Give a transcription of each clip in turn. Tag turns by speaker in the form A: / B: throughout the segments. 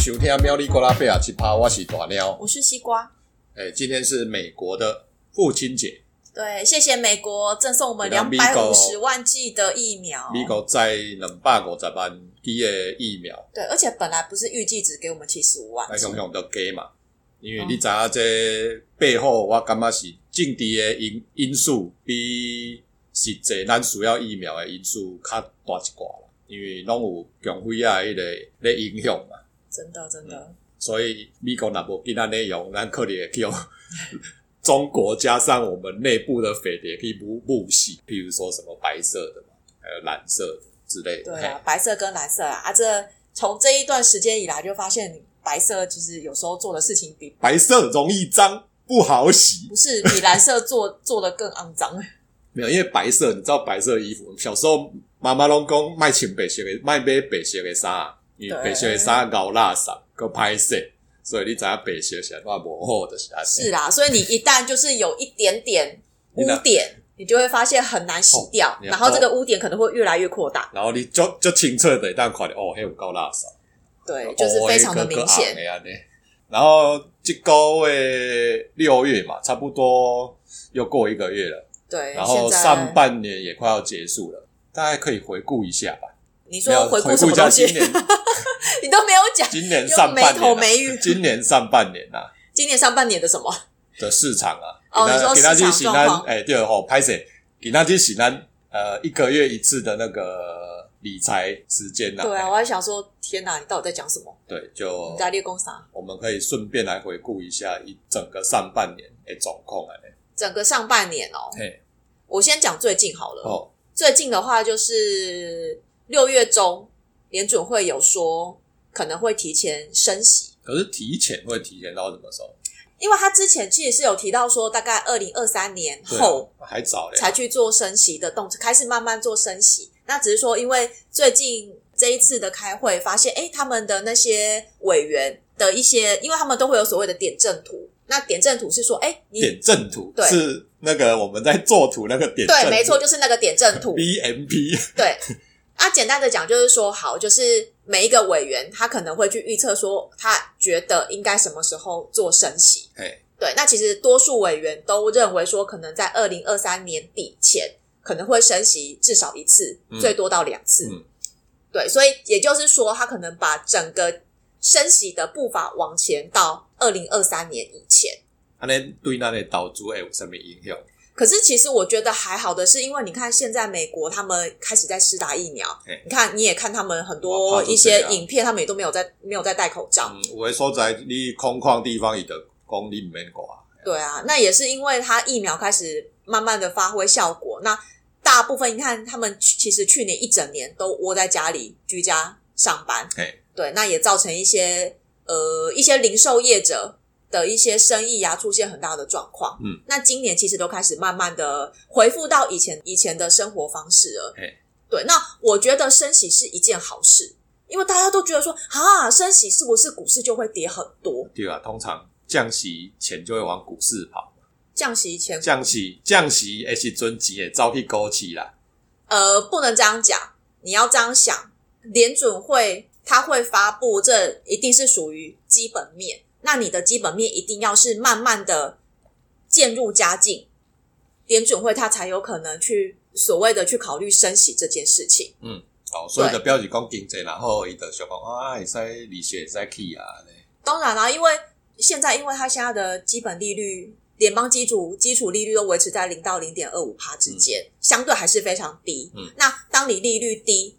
A: 收听《喵哩呱啦贝尔奇葩》，我是大喵。
B: 我是西瓜。
A: 哎，今天是美国的父亲节，
B: 对，谢谢美国赠送我们
A: 对啊
B: 两百五十万剂的疫苗。
A: 美国在两百五十万剂的疫苗，
B: 对，而且本来不是预计只给我们七十五万
A: 来
B: 剂，
A: 熊熊都给嘛。因为你知影这背后，我感觉是政治的因因素比实际咱需要疫苗的因素较大一寡啦，因为拢有强肺啊迄个咧影响嘛。
B: 真的真的。
A: 所以美国若无今咱内容，咱可能会去用 中国加上我们内部的匪谍去补补习，譬如说什么白色的嘛，还有蓝色的之类的。
B: 对啊，白色跟蓝色啊，啊这从这一段时间以来就发现，白色其实有时候做的事情比
A: 嘿白色容易脏，不好洗。
B: 不是比蓝色做做的更肮
A: 嗯
B: 脏。
A: 没有，因为白色，你知道白色衣服，小时候妈妈拢讲卖穿白色的，卖买白色的衫，啊因为
B: 对
A: 白色的衫搞垃圾，够歹势。所以你知影白色是安怎无好的是安尼
B: 是啦，所以你一旦就是有一点点
A: 你
B: 污
A: 哪
B: 点，你就会发现很难洗掉，
A: 你哦
B: 然后这个污点可能会越来越扩大。
A: 然后你就就清澈的，但看到哦，迄有够垃圾。
B: 对，就是
A: 哦
B: 非常的明显。
A: 黑暗的。然后这个月六月嘛，差不多又过一个月了，
B: 对，
A: 然后
B: 现在
A: 上半年也快要结束了，大概可以回顾一下吧。
B: 你
A: 没有
B: 说回
A: 回
B: 什
A: 顾
B: 么
A: 一下
B: 东西
A: 今？年，
B: 你都没有讲。
A: 今年
B: 又
A: 上
B: 没
A: 半
B: 头
A: 年、啊，
B: 没语。
A: 今年上半年啊
B: 今年上半年的什么？
A: 的市场啊，
B: 哦你说
A: 给他
B: 市场
A: 是
B: 状
A: 咱
B: 况
A: 哎对吼，拍谁？给他去洗咱呃一个月一次的那个理财时间呐、
B: 对啊，
A: 哎哦
B: 我还想说，天哪，你到底在讲什么？
A: 对，就
B: 你在练功啥？
A: 我们可以顺便来回顾一下一整个上半年的状况啊。
B: 整个上半年哦，
A: 嘿，
B: 我先讲最近好了。
A: 哦，
B: 最近的话，就是六月中，联准会有说可能会提前升息，
A: 可是提前会提前到什么时候？
B: 因为他之前其实是有提到说，大概二零二三年
A: 对
B: 后
A: 啊还早嘞，
B: 才去做升息的动作，开始慢慢做升息。那只是说，因为最近这一次的开会发现，诶，他们的那些委员的一些，因为他们都会有所谓的点阵图。那点阵图是说，诶，你
A: 点阵图
B: 对
A: 是那个我们在做图那个点阵图，
B: 对，没错，就是那个点阵图。
A: ，BMP
B: 对，啊，简单的讲就是说，好，就是每一个委员他可能会去预测说，他觉得应该什么时候做升息。
A: 嘿，
B: 对，那其实多数委员都认为说，可能在二零二三年底前可能会升息至少一次，
A: 嗯
B: 最多到两次。
A: 嗯
B: 对，所以也就是说，他可能把整个升息的步伐往前到二零二三年以前。
A: 安尼对咱的岛主会有什么影响？
B: 可是其实我觉得还好的是，因为你看现在美国他们开始在施打疫苗
A: 嘿，
B: 你看你也看他们很
A: 哇
B: 多
A: 怕就
B: 一
A: 这
B: 些
A: 样
B: 影片，他们也都没有在没有在戴口罩。
A: 嗯，有的所在你空旷地方，伊就讲你唔免管啊。
B: 对啊，那也是因为它疫苗开始慢慢的发挥效果。那大部分你看他们其实去年一整年都窝在家里居家上班
A: 嘿，
B: 对，那也造成一些呃一些零售业者。的一些生意啊，出现很大的状况。
A: 嗯，
B: 那今年其实都开始慢慢的恢复到以前以前的生活方式了。
A: 嘿
B: 对，那我觉得升息是一件好事，因为大家都觉得说啊，升息是不是股市就会跌很多？
A: 对啊，通常降息前就会往股市跑，
B: 降息前
A: 降息降息的时阵钱会走去股市啦。
B: 呃，不能这样讲，你要这样想，联准会它会发布，这一定是属于基本面。那你的基本面一定要是慢慢的渐入佳境，联准会它才有可能去所谓的去考虑升息这件事情。
A: 哦，所以就表示讲经济，然后伊就想讲啊，会使利息会使起啊，这样
B: 当然啦、因为现在因为它现在的基本利率，联邦基础基础利率都维持在零到零点二五帕之间，相对还是非常低。
A: 嗯，
B: 那当你利率低，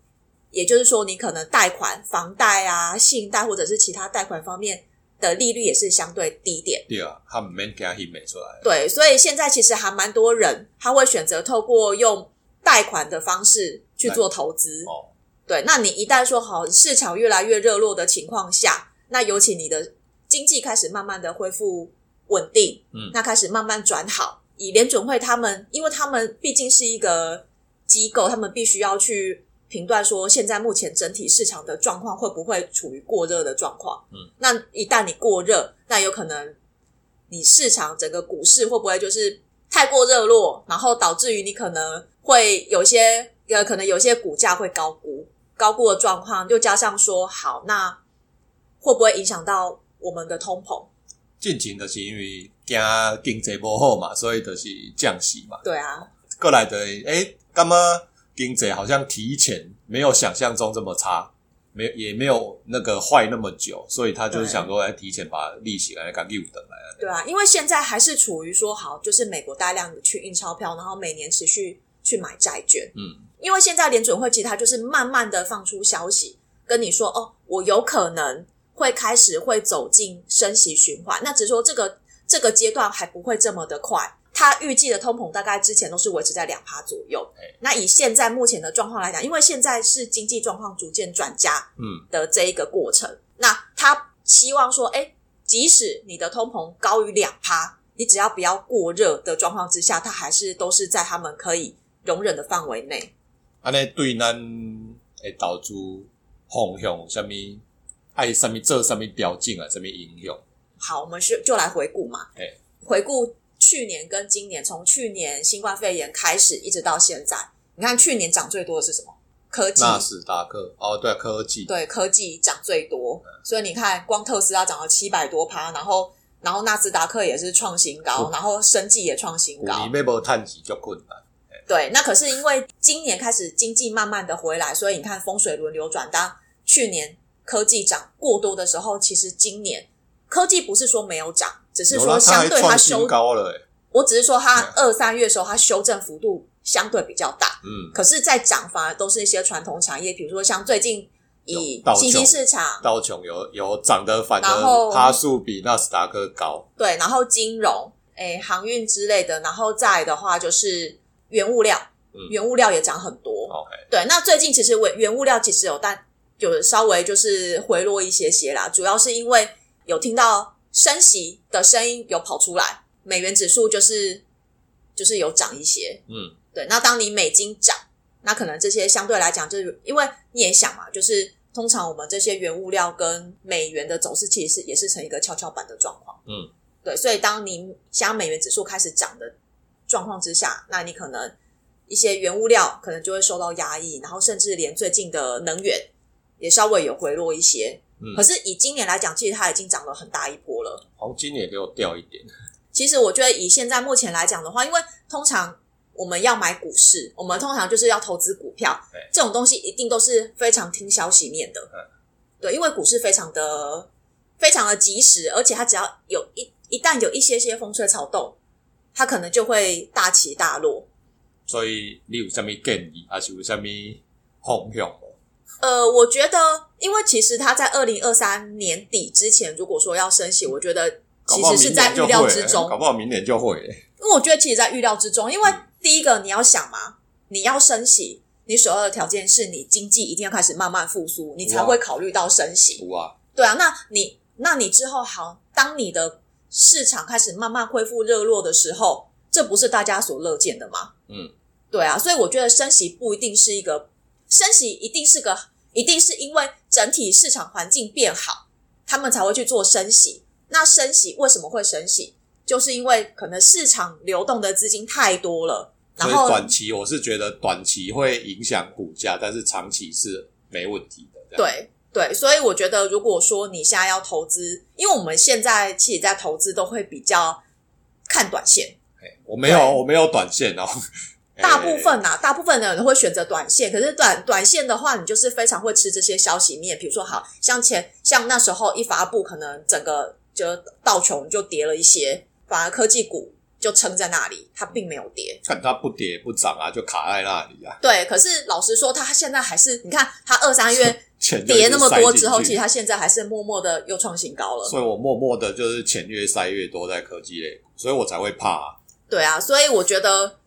B: 也就是说你可能贷款、房贷啊、信贷或者是其他贷款方面的利率也是相对低点。
A: 对啊，他毋免惊迄袂出来。
B: 对，所以现在其实还蛮多人他会选择透过用贷款的方式去做投资。
A: 哦，
B: 对，那你一旦说好市场越来越热络的情况下，那尤其你的经济开始慢慢的恢复稳定，
A: 嗯
B: 那开始慢慢转好。以联准会他们，因为他们毕竟是一个机构，他们必须要去评断说现在目前整体市场的状况会不会处于过热的状况。
A: 嗯，
B: 那一旦你过热，那有可能你市场整个股市会不会就是太过热络，然后导致于你可能会有些呃，可能有些股价会高估，高估的状况，又加上说好，那会不会影响到我们的通膨？
A: 进前就是因为惊经济无好嘛，所以就是降息嘛。
B: 对啊，
A: 过来的诶，干嘛经济好像提前没有想象中这么差，没也没有那个坏那么久，所以他就是想说，哎，提前把利息来赶紧等来。
B: 对啊，因为现在还是处于说好，就是美国大量的去印钞票，然后每年持续去买债券。
A: 嗯，
B: 因为现在联准会其实它就是慢慢的放出消息，跟你说哦，我有可能会开始会走进升息循环。那只是说这个这个阶段还不会这么的快，它预计的通膨大概之前都是维持在两趴左右
A: 哎。
B: 那以现在目前的状况来讲，因为现在是经济状况逐渐转佳，
A: 嗯，
B: 的这一个过程。那他希望说，哎，即使你的通膨高于两趴，你只要不要过热的状况之下，它还是都是在他们可以容忍的范围内。
A: 安尼对咱诶投资方向有啥物，爱啥物做啥物调整啊，啥物影响？
B: 好，我们是就来回顾嘛
A: 对，
B: 回顾去年跟今年，从去年新冠肺炎开始一直到现在，你看去年涨最多的是什么？科技。
A: 纳斯达克哦，对、啊，科技，
B: 对，科技涨最多，
A: 嗯
B: 所以你看，光特斯拉涨了七百多趴，然后，然后纳斯达克也是创新高，
A: 嗯
B: 然后生技也创新
A: 有
B: 高，
A: 年要无趁钱就困难。
B: 对，那可是因为今年开始经济慢慢的回来，所以你看风水轮流转。当去年科技涨过多的时候，其实今年科技不是说没有涨，只是
A: 有啦
B: 说
A: 它还
B: 相对它
A: 创
B: 修
A: 新，高了、欸，
B: 我只是说它
A: 嗯
B: 二三月的时候它修正幅度相对比较大，
A: 嗯，
B: 可是，在涨反而都是一些传统产业，比如说像最近以
A: 有道
B: 新兴
A: 琼
B: 市场
A: 道琼有有涨得反
B: 然后
A: 而趴数比纳斯达克高，
B: 对，然后金融、诶航运之类的，然后再来的话就是原物料，
A: 嗯哦
B: 原物料也涨很多。
A: OK
B: 对，那最近其实原原物料其实有但有稍微就是回落一些些啦，主要是因为有听到升息的声音有跑出来，美元指数就是就是有涨一些。
A: 嗯，
B: 对，那当你美金涨，那可能这些相对来讲，就是因为你也想嘛，就是通常我们这些原物料跟美元的走势，其实是也是成一个跷跷板的状况。
A: 嗯，
B: 对，所以当你像美元指数开始涨的状况之下，那你可能一些原物料可能就会受到压抑，然后甚至连最近的能源也稍微有回落一些。
A: 嗯
B: 可是以今年来讲，其实它已经涨了很大一波了。
A: 黄金也给我掉一点，
B: 其实我觉得以现在目前来讲的话，因为通常我们要买股市，我们通常就是要投资股票
A: 对，
B: 这种东西一定都是非常听消息面的
A: 嗯。
B: 对，因为股市非常的非常的及时，而且它只要有一一旦有一些些风吹草动，它可能就会大起大落。
A: 所以你有啥物建议，还是有啥物方向无？
B: 呃，我觉得，因为其实它在二零二三年底之前，如果说要升息，我觉得
A: 搞
B: 其
A: 不好
B: 实是
A: 明
B: 在
A: 年
B: 预
A: 就
B: 料
A: 会、
B: 之中
A: 欸，搞。不好明年就会、欸。
B: 因为我觉得其实，在预料之中，因为第一个你要想嘛，你要升息，你首要的条件是你经济一定要开始慢慢复苏，你才
A: 哇
B: 会考虑到升息。
A: 有啊，
B: 对啊，那你那你之后好，当你的市场开始慢慢恢复热络的时候，这不是大家所乐见的吗？
A: 嗯，
B: 对啊，所以我觉得升息不一定是一个升息，一定是个一定是因为整体市场环境变好，他们才会去做升息。那升息为什么会升息？就是因为可能市场流动的资金太多了，然
A: 所以
B: 后
A: 短期我是觉得短期会影响股价，但是长期是没问题的。这样，
B: 对对，所以我觉得，如果说你现在要投资，因为我们现在其实在投资都会比较看短线，
A: 欸我没有
B: 对
A: 我没有短线哦，欸
B: 大部分呐、大部分的人会选择短线。可是短短线的话，你就是非常会吃这些消息面，比如说好像前像那时候一发布，可能整个就道琼就跌了一些，反而科技股就撑在那里，它并没有跌。
A: 看它不跌不涨啊，就卡在那里啊，
B: 对，可是老实说，它现在还是你看它二三月
A: 钱就一直
B: 跌那么多之
A: 塞
B: 后，
A: 进去
B: 其实它现在还是默默的又创新高了。
A: 所以我默默的就是钱越塞越多在科技类股，所以我才会怕啊、
B: 对啊，所以我觉得，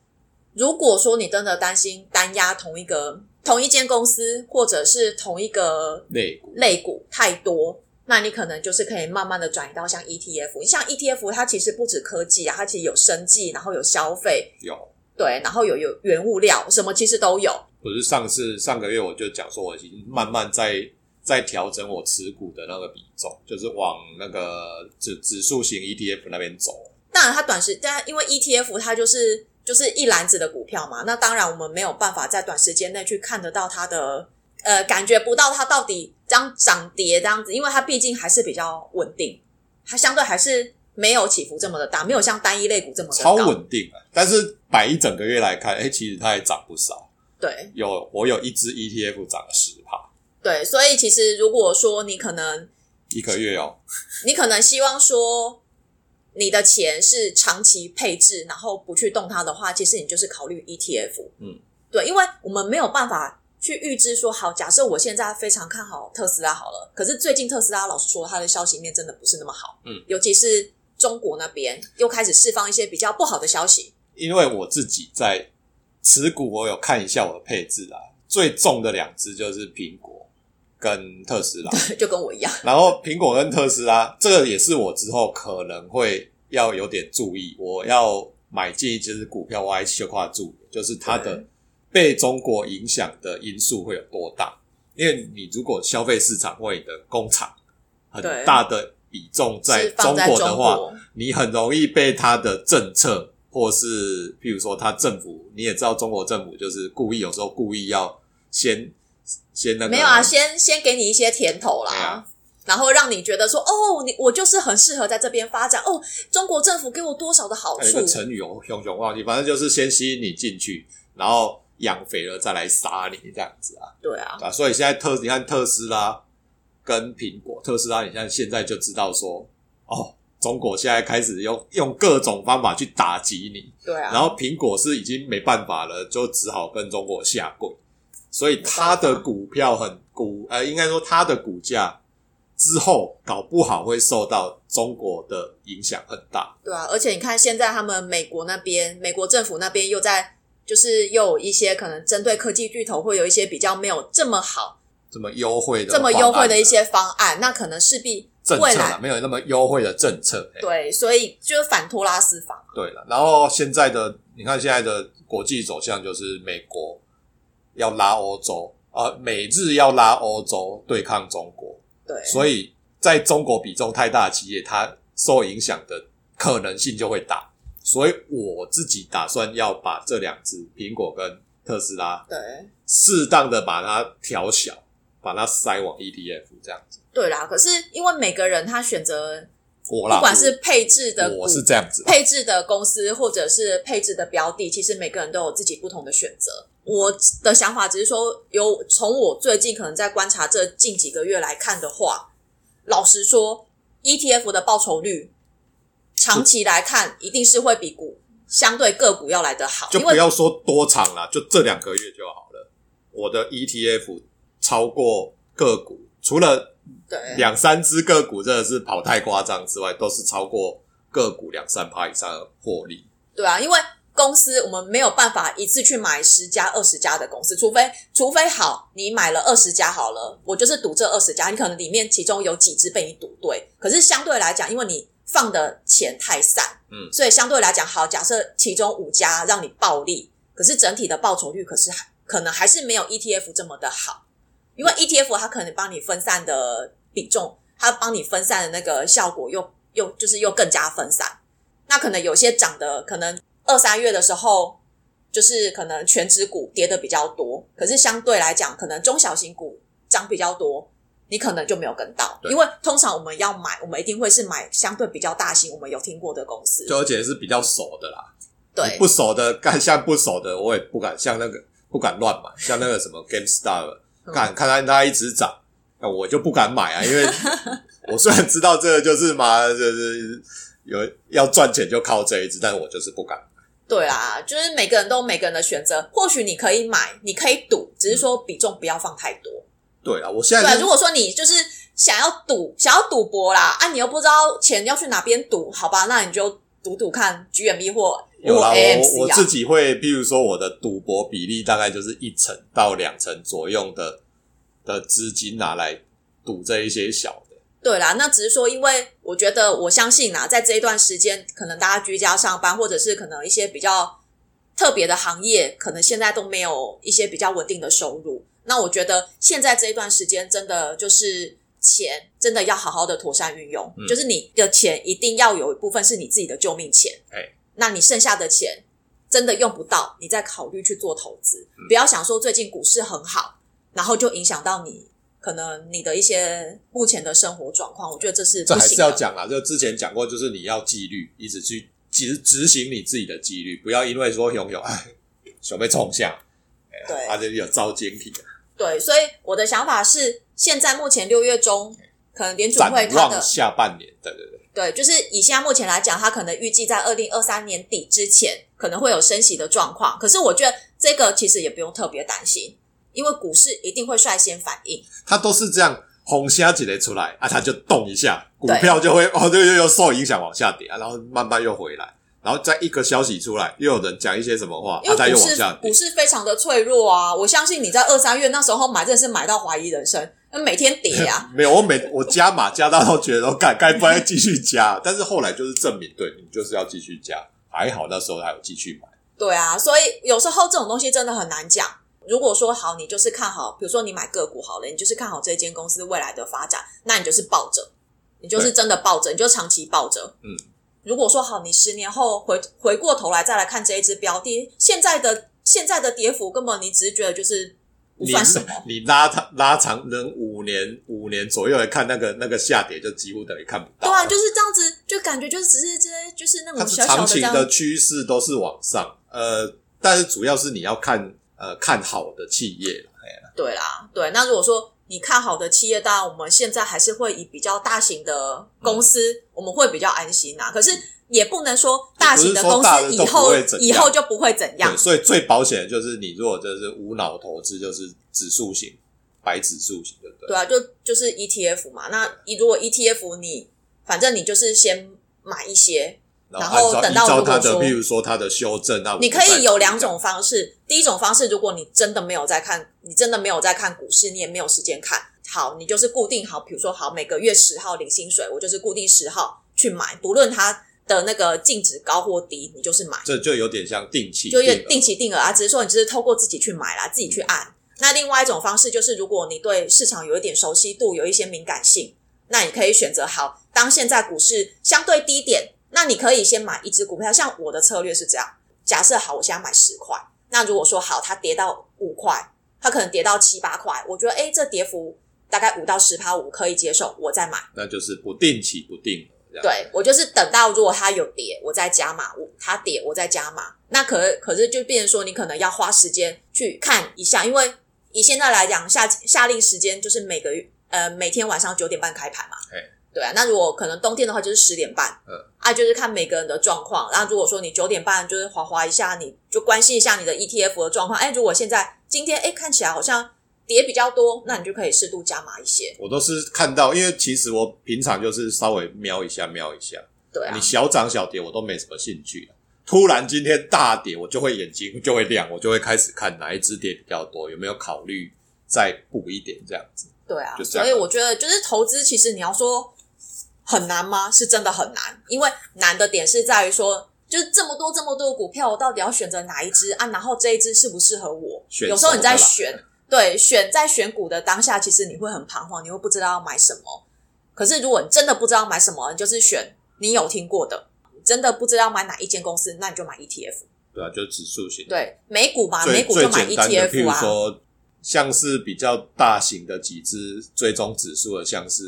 B: 如果说你真的担心单压同一个同一间公司，或者是同一个
A: 类股。
B: 类股太多，那你可能就是可以慢慢的转移到像 ETF。你像 ETF，它其实不止科技啊，它其实有生技，然后有消费，
A: 有，
B: 对，然后有有原物料，什么其实都有。
A: 不是上次上个月我就讲说，我已经慢慢在在调整我持股的那个比重，就是往那个指指数型 ETF 那边走。
B: 当然，它短时，但因为 ETF 它就是就是一篮子的股票嘛，那当然我们没有办法在短时间内去看得到它的呃感觉不到它到底这样涨跌这样子，因为它毕竟还是比较稳定，它相对还是没有起伏这么的大，没有像单一类股这么的
A: 超
B: 高。
A: 稳定啊。但是摆一整个月来看，哎、其实它也涨不少。
B: 对
A: 有我有一只 ETF 涨了十趴，
B: 对，所以其实如果说你可能
A: 一个月哦，
B: 你可能希望说你的钱是长期配置，然后不去动它的话，其实你就是考虑 ETF。
A: 嗯，
B: 对，因为我们没有办法去预知说，好，假设我现在非常看好特斯拉好了，可是最近特斯拉老实说，它的消息面真的不是那么好。
A: 嗯，
B: 尤其是中国那边又开始释放一些比较不好的消息。
A: 因为我自己在持股，我有看一下我的配置啊，最重的两只就是苹果跟特斯拉。
B: 就跟我一样，
A: 然后苹果跟特斯拉，这个也是我之后可能会要有点注意，我要买进一只股票，我还羞夸注意，就是它的
B: 对
A: 被中国影响的因素会有多大？因为你如果消费市场或你的工厂很
B: 对
A: 大的比重在
B: 是放
A: 中
B: 在
A: 国
B: 中
A: 的话，你很容易被它的政策，或是譬如说它政府，你也知道中国政府就是故意有时候故意要先先那个哎
B: 没有啊，先先给你一些甜头啦，
A: 对啊
B: 然后让你觉得说，哦，你我就是很适合在这边发展，哦，中国政府给我多少的好
A: 还有一
B: 处
A: 个，成语哦，熊熊忘记，反正就是先吸引你进去，然后养肥了再来杀你这样子啊，
B: 对啊，
A: 对啊，所以现在特你看特斯拉跟苹果，特斯拉你现在现在就知道说，哦，中国现在开始用用各种方法去打击你，
B: 对啊，
A: 然后苹果是已经没办法了，就只好跟中国下跪，所以它的股票很股呃，应该说它的股价之后搞不好会受到中国的影响很大。
B: 对啊，而且你看现在他们美国那边，美国政府那边又在就是又有一些可能针对科技巨头会有一些比较没有这么好、
A: 这么优惠的
B: 这么
A: 方案
B: 优惠的一些方案，那可能势必
A: 政
B: 未
A: 策啊啦，
B: 来
A: 没有那么优惠的政策。哎
B: 对，所以就是反托拉斯法，
A: 对了，然后现在的你看现在的国际走向就是美国要拉欧洲，呃，美日要拉欧洲对抗中国，
B: 对，
A: 所以在中国比重太大的企业，它受影响的可能性就会大。所以我自己打算要把这两只苹果跟特斯拉
B: 对
A: 适当的把它调小，把它塞往 ETF 这样子。
B: 对啦。可是因为每个人他选择，
A: 我啦，
B: 不管是配置
A: 我
B: 的股
A: 我是这样子啦，
B: 配置的公司或者是配置的标的，其实每个人都有自己不同的选择。我的想法只是说，有从我最近可能在观察这近几个月来看的话，老实说，ETF 的报酬率长期来看一定是会比股相对个股要来得好，
A: 就
B: 因
A: 不
B: 为
A: 要说多长啦，就这两个月就好了。我的 ETF 超过个股，除了
B: 对
A: 两三只个股真的是跑太夸张之外，都是超过个股两三趴以上的获利。
B: 对啊，因为公司我们没有办法一次去买十家、二十家的公司，除非除非好，你买了二十家好了，我就是赌这二十家，你可能里面其中有几只被你赌对，可是相对来讲，因为你放的钱太散，
A: 嗯
B: 所以相对来讲，好，假设其中五家让你暴利，可是整体的报酬率可是还可能还是没有 ETF 这么的好，
A: 嗯
B: 因为 ETF 它可能帮你分散的比重，它帮你分散的那个效果又又就是又更加分散。那可能有些涨的，可能二三月的时候，就是可能全指股跌的比较多，可是相对来讲，可能中小型股涨比较多，你可能就没有跟到，
A: 对
B: 因为通常我们要买，我们一定会是买相对比较大型，我们有听过的公司，
A: 就而且是比较熟的啦，
B: 对
A: 不熟的干像不熟的，我也不敢像那个不敢乱买，像那个什么 GameStar，
B: 嗯
A: 看看它它一直涨，那我就不敢买啊，因为我虽然知道这个就是嘛，就是有要赚钱就靠这一只，但我就是不敢。
B: 对啦，就是每个人都有每个人的选择，或许你可以买，你可以赌，只是说比重不要放太多。
A: 对啊，我现在
B: 对，
A: 就
B: 如果说你就是想要赌，想要赌博啦，啊，你又不知道钱要去哪边赌，好吧，那你就赌赌看 GMB 或
A: 有
B: 或
A: 啦，我
B: AMC
A: 我
B: 啊
A: 自。己会，譬如说我的赌博比例大概就是一成到两成左右的的资金拿来赌这一些小的，
B: 对啦，那只是说，因为我觉得我相信啦，在这一段时间，可能大家居家上班，或者是可能一些比较特别的行业，可能现在都没有一些比较稳定的收入。那我觉得现在这一段时间，真的就是钱真的要好好的妥善运用，
A: 嗯
B: 就是你的钱一定要有一部分是你自己的救命钱。
A: 哎
B: 那你剩下的
A: 嗯
B: 钱真的用不到，你再考虑去做投资，不要想说最近股市很好，然后就影响到你可能你的一些目前的生活状况。我觉得这是
A: 这
B: 不
A: 还
B: 行
A: 是要
B: 的。
A: 讲啊，就之前讲过，就是你要纪律，一直去执执行你自己的纪律，不要因为说拥有哎，想被冲下，
B: 对
A: 而且有遭精疲，
B: 对，所以我的想法是，现在目前六月中，可能联准
A: 展
B: 会它
A: 望
B: 的
A: 下半年，对对对，
B: 对，就是以现在目前来讲，它可能预计在二零二三年底之前可能会有升息的状况。可是我觉得这个其实也不用特别担心，因为股市一定会率先反应。
A: 它都是这样红虾几类出来啊，它就动一下，股
B: 对
A: 票就会哦，就又又受影响往下跌啊，然后慢慢又回来，然后再一个消息出来，又有人讲一些什么话，
B: 因为
A: 啊，它又
B: 股
A: 往
B: 市
A: 下跌
B: 股。市非常的脆弱啊！我相信你在二三月那时候买，真的是买到怀疑人生，那每天跌啊
A: 。没有，我每我加码加到都觉得都该该不该继续加，但是后来就是证明，对你就是要继续加，还好那时候还有继续买。
B: 对啊，所以有时候这种东西真的很难讲。如果说好，你就是看好，比如说你买个股好了，你就是看好这间公司未来的发展，那你就是抱着，你就是
A: 对
B: 真的抱着，你就长期抱着。
A: 嗯，
B: 如果说好，你十年后回回过头来再来看这一只标的，现在的现在的跌幅根本你只是觉得就是不
A: 你
B: 算什么。
A: 你拉它拉长能五年五年左右来看那个那个下跌，就几乎等于看不到。
B: 对啊，就是这样子，就感觉就是只是这些就是那
A: 它
B: 种
A: 是
B: 小小
A: 长
B: 的这
A: 期
B: 样
A: 的趋势都是往上，呃，但是主要是你要看呃看好的企业啦哎
B: 对啦，对。那如果说你看好的企业，当然我们现在还是会以比较大型的公司，我们会比较安心啊。可是也不能说大型的
A: 嗯也不
B: 公
A: 是说大的
B: 司
A: 都
B: 以后
A: 不会怎样
B: 以后就不会怎样
A: 对，。所以最保险的就是你如果就是无脑投资，就是指数型、白指数型，对不对？
B: 对啊，就就是 ETF 嘛。那你如果 ETF 你反正你就是先买一些，
A: 然
B: 然
A: 后
B: 后
A: 按照
B: 等
A: 依
B: 到
A: 照
B: 如果
A: 它的，
B: 说
A: 譬如说它的修正，啊那我
B: 你
A: 们
B: 可
A: 再
B: 以有
A: 看
B: 两种方式。第一种方式，如果你真的没有在看，你真的没有在看股市，你也没有时间看，好，你就是固定好，比如说好每个月十号领薪水，我就是固定十号去买，不论它的那个净值高或低，你就是买，
A: 这就有点像定期，
B: 就
A: 定
B: 定
A: 额
B: 定期定额啊，只是说你就是透过自己去买啦，自己去按。那另外一种方式就是，如果你对市场有一点熟悉度，有一些敏感性，那你可以选择好，当现在股市相对低点，那你可以先买一只股票。像我的策略是这样，假设好，我现在买十块，那如果说好，它跌到五块，它可能跌到七八块，我觉得诶，这跌幅大概五到十趴，我可以接受，我再买。
A: 那就是不定期不定额这样。
B: 对我就是等到如果它有跌，我再加码；我它跌，我再加码。那可可是就变成说，你可能要花时间去看一下，因为以现在来讲，下下令时间就是每个月呃每天晚上九点半开盘嘛
A: 嘿。
B: 对啊，那如果可能冬天的话就是十点半，
A: 嗯，
B: 啊就是看每个人的状况。那如果说你九点半就是划划一下，你就关心一下你的 ETF 的状况。哎，如果现在今天哎看起来好像跌比较多，那你就可以适度加码一些。
A: 我都是看到，因为其实我平常就是稍微瞄一下瞄一下，
B: 对啊
A: 你，小涨小跌我都没什么兴趣啊突然今天大跌，我就会眼睛就会亮，我就会开始看哪一只跌比较多，有没有考虑再补一点这样子。
B: 对啊
A: 就，这样
B: 所以我觉得就是投资，其实你要说很难吗？是真的很难，因为难的点是在于说，就是这么多这么多的股票，我到底要选择哪一只啊？然后这一只适不适合我？
A: 选
B: 有时候你在
A: 手的啦
B: 选，对，选在选股的当下，其实你会很彷徨，你会不知道要买什么。可是如果你真的不知道买什么，你就是选你有听过的。你真的不知道买哪一间公司，那你就买 ETF。
A: 对啊，就指数型。
B: 对，美股嘛，美
A: 最
B: 股就
A: 最
B: 买
A: 简单的，譬
B: ETF
A: 如
B: 啊。
A: 说像是比较大型的几只追踪指数的，像是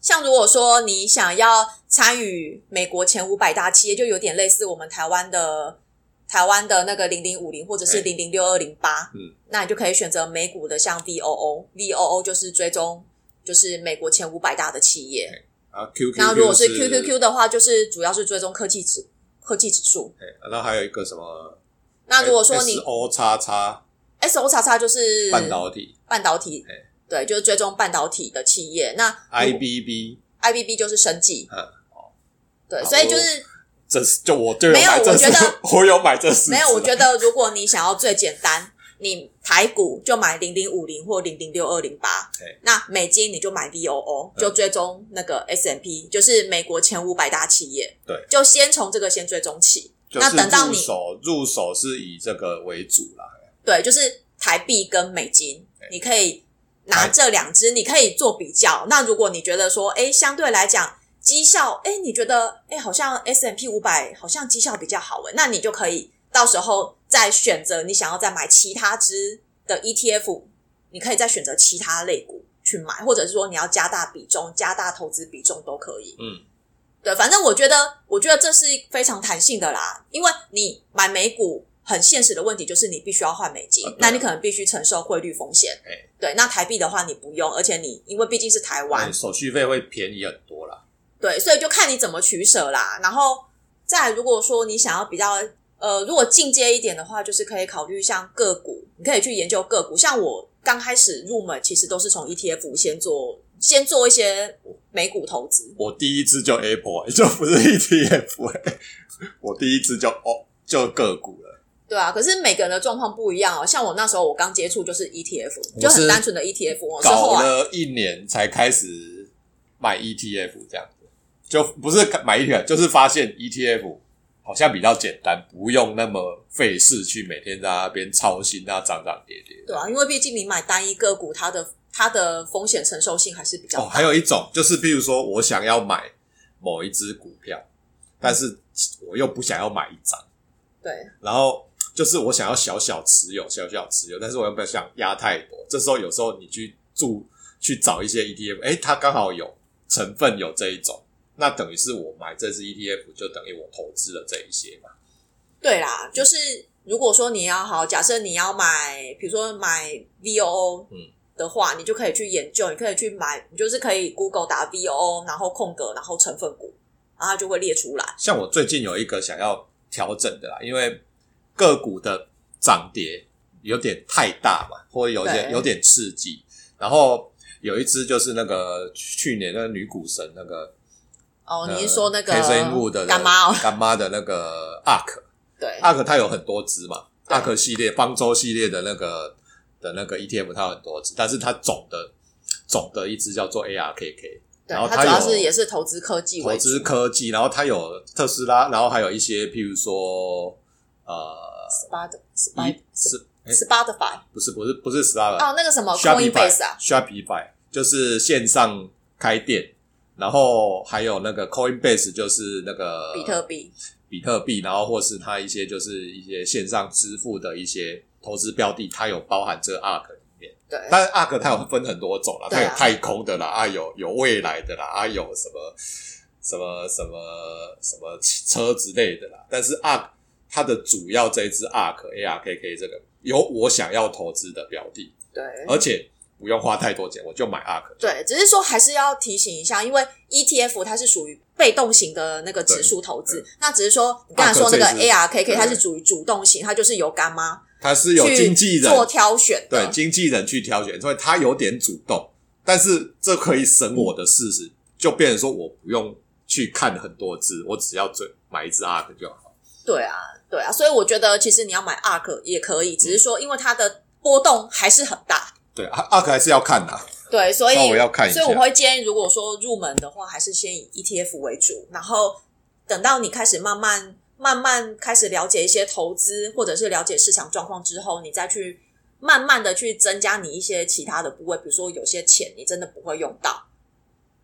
B: 像如果说你想要参与美国前五百大企业，就有点类似我们台湾的台湾的那个零零五零或者是零零六二零八，
A: 嗯，
B: 那你就可以选择美股的像 VOO，VOO 就是追踪就是美国前五百大的企业。
A: 啊 QQ，
B: 那如果是
A: 是
B: QQQ 的话，就是主要是追踪科技指科技指数。
A: 哎然后还有一个什么？
B: 那如果说你
A: O 叉叉
B: S O 叉叉就是
A: 哎半导体
B: 半导体
A: 哎，
B: 对，就是追踪半导体的企业。那
A: IBB，
B: IBB 就是生技
A: 嗯，
B: 对，
A: 好
B: 所以就是
A: 这是就我就有
B: 没有
A: 买这
B: 我觉
A: 四
B: 得
A: 我有买这四
B: 没有，
A: 只
B: 我
A: 啊
B: 觉得如果你想要最简单，你台股就买零零五零或零零六二零八
A: 对，
B: 那美金你就买 VOO，
A: 嗯
B: 就追踪那个 S M P，就是美国前五百大企业。
A: 对，
B: 就先从这个先追踪起。
A: 就是
B: 那等到
A: 入
B: 你
A: 手入手是以这个为主啦，
B: 对，就是台币跟美金，你可以拿
A: 台
B: 这两支，你可以做比较。那如果你觉得说，哎，相对来讲绩效，哎，你觉得，哎，好像 S M P 五百好像绩效比较好诶，哎那你就可以到时候再选择你想要再买其他支的 E T F 你可以再选择其他类股去买，或者是说你要加大比重、加大投资比重都可以。
A: 嗯，
B: 对，反正我觉得，我觉得这是非常弹性的啦，因为你买美股很现实的问题就是你必须要换美金，
A: 啊对啊
B: 那你可能必须承受汇率风险。
A: 哎
B: 对，那台币的话你不用，而且你因为毕竟是台湾
A: 哎，手续费会便宜很多啦。
B: 对，所以就看你怎么取舍啦。然后再来如果说你想要比较呃，如果进阶一点的话，就是可以考虑像个股，你可以去研究个股。像我刚开始入门，其实都是从 ETF 先做，先做一些美股投资。
A: 我第一只就 Apple，欸就不是 ETF，欸我第一只就哦就个股了。
B: 对啊，可是每个人的状况不一样哦。像我那时候，我刚接触就是 ETF，
A: 我
B: 就很
A: 是
B: 单纯的 ETF 哦。是后
A: 搞
B: 来
A: 了一年才开始买 ETF 这样子，就不是买 ETF，就是发现 ETF 好像比较简单，不用那么费事去每天在那边操心啊，涨涨跌跌。
B: 对啊，因为毕竟你买单一个股，它的它的风险承受性还是比较
A: 哦，
B: 大。
A: 还有一种就是，比如说我想要买某一只股票，但是我又不想要买一张，
B: 对
A: 然后就是我想要小小持有，小小持有，但是我又不想压太多。这时候有时候你去注去找一些 ETF，哎，它刚好有成分有这一种，那等于是我买这只 ETF 就等于我投资了这一些嘛。
B: 对啦，就是如果说你要好，假设你要买，比如说买 VOO，
A: 嗯
B: 的话，你就可以去研究，你可以去买，你就是可以 Google 打 VOO，然后空格，然后成分股，然后它就会列出来。
A: 像我最近有一个想要调整的啦，因为个股的涨跌有点太大嘛，或者有点
B: 对
A: 有点刺激。然后有一只就是那个去年那个女股神那个，
B: 哦，你是说那个
A: 呃黑森物的啊
B: 干妈哦？
A: 干妈的那个 ARK
B: 对
A: ARK 它有很多只嘛
B: 对
A: ，ARK 系列、方舟系列的那个的那个 ETF 它有很多只，但是它总的总的一只叫做 ARKK，
B: 对
A: 然后，
B: 它
A: 它
B: 主要
A: 有
B: 是也是投资科技
A: 投
B: 为主
A: 资科技，然后它有特斯拉，然后还有一些譬如说呃，
B: ，Spot
A: 一
B: Spot
A: 是哎
B: Spotify
A: 不是不是不是 s l a
B: 哦，那个什么 Coinbase 啊，
A: Shopify，Shopify 就是线上开店，然后还有那个 Coinbase 就是那个
B: 比特币，
A: 比特币，然后或是它一些就是一些线上支付的一些投资标的，它有包含这个 ARK 里面。
B: 对，
A: 但是 ARK 它有分很多种啦，
B: 对
A: 它有
B: 啊
A: 太空的啦，啊有有未来的啦，啊有什么什么什么什么车之类的啦。但是 ARK 它的主要这一支 ARK ARKK 这个有我想要投资的标的，
B: 对，
A: 而且不用花太多钱，我就买 ARK。
B: 对，只是说还是要提醒一下，因为 ETF 它是属于被动型的那个指数投资，那只是说你刚才说那个
A: 啊可是也
B: ARKK
A: 对
B: 它是属于主动型，它就是由干妈
A: 它是有经纪
B: 去
A: 人
B: 做挑选的，
A: 对经纪人去挑选，所以他有点主动，但是这可以省我的事实，就变成说我不用去看很多只，我只要最买一只 ARK 就好。
B: 对啊，对啊，所以我觉得其实你要买 ARK 也可以，
A: 嗯
B: 只是说因为它的波动还是很大，
A: 对，ARK 还是要看的、
B: 对，所以
A: 稍微要看一下
B: 所以我会建议，如果说入门的话，还是先以 ETF 为主，然后等到你开始慢慢慢慢开始了解一些投资，或者是了解市场状况之后，你再去慢慢的去增加你一些其他的部位，比如说有些钱你真的不会用到，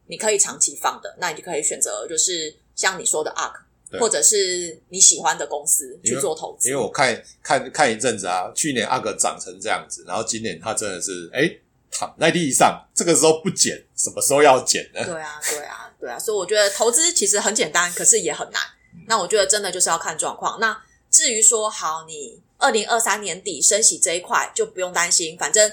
B: 你可以长期放的，那你就可以选择就是像你说的 ARK，
A: 对
B: 或者是你喜欢的公司
A: 因为
B: 去做投资
A: 因为。我看看看一阵子啊，去年 ARK 涨成这样子，然后今年它真的是哎、躺在地上，这个时候不捡，什么时候要捡 呢？
B: 对啊，对啊，对啊，所以我觉得投资其实很简单，可是也很难。那我觉得真的就是要看状况。那至于说好，你二零二三年底升息这一块就不用担心，反正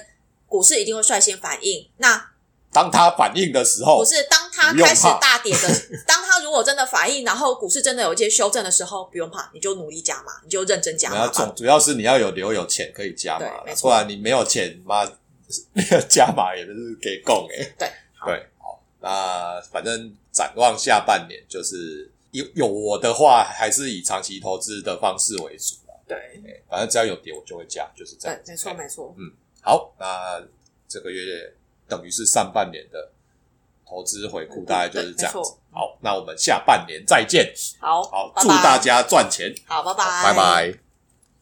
B: 股市一定会率先反应。那
A: 当它反应的时候
B: 不，是当它
A: 不用
B: 开始
A: 怕
B: 大跌的， 当它如果真的反应，然后股市真的有一些修正的时候，不用怕，你就努力加码，你就认真加
A: 你要
B: 码
A: 总
B: 吧。
A: 主要是你要有留有钱可以加码
B: 对没
A: 啦，
B: 错
A: 不然你没有钱，妈 加码也是给供哎、
B: 对
A: 对，好，那反正展望下半年就是有有我的话，还是以长期投资的方式为主啦。
B: 对
A: 对反正只要有跌我就会加，就是这样
B: 对。，没错没错。
A: 好，那这个月等于是上半年的投资回顾，
B: 嗯
A: 大概就是这样
B: 对没
A: 子
B: 错。
A: 好，那我们下半年再见。
B: 好，
A: 好，
B: 拜
A: 祝
B: 拜
A: 大家赚钱，
B: 好，拜
A: 拜拜。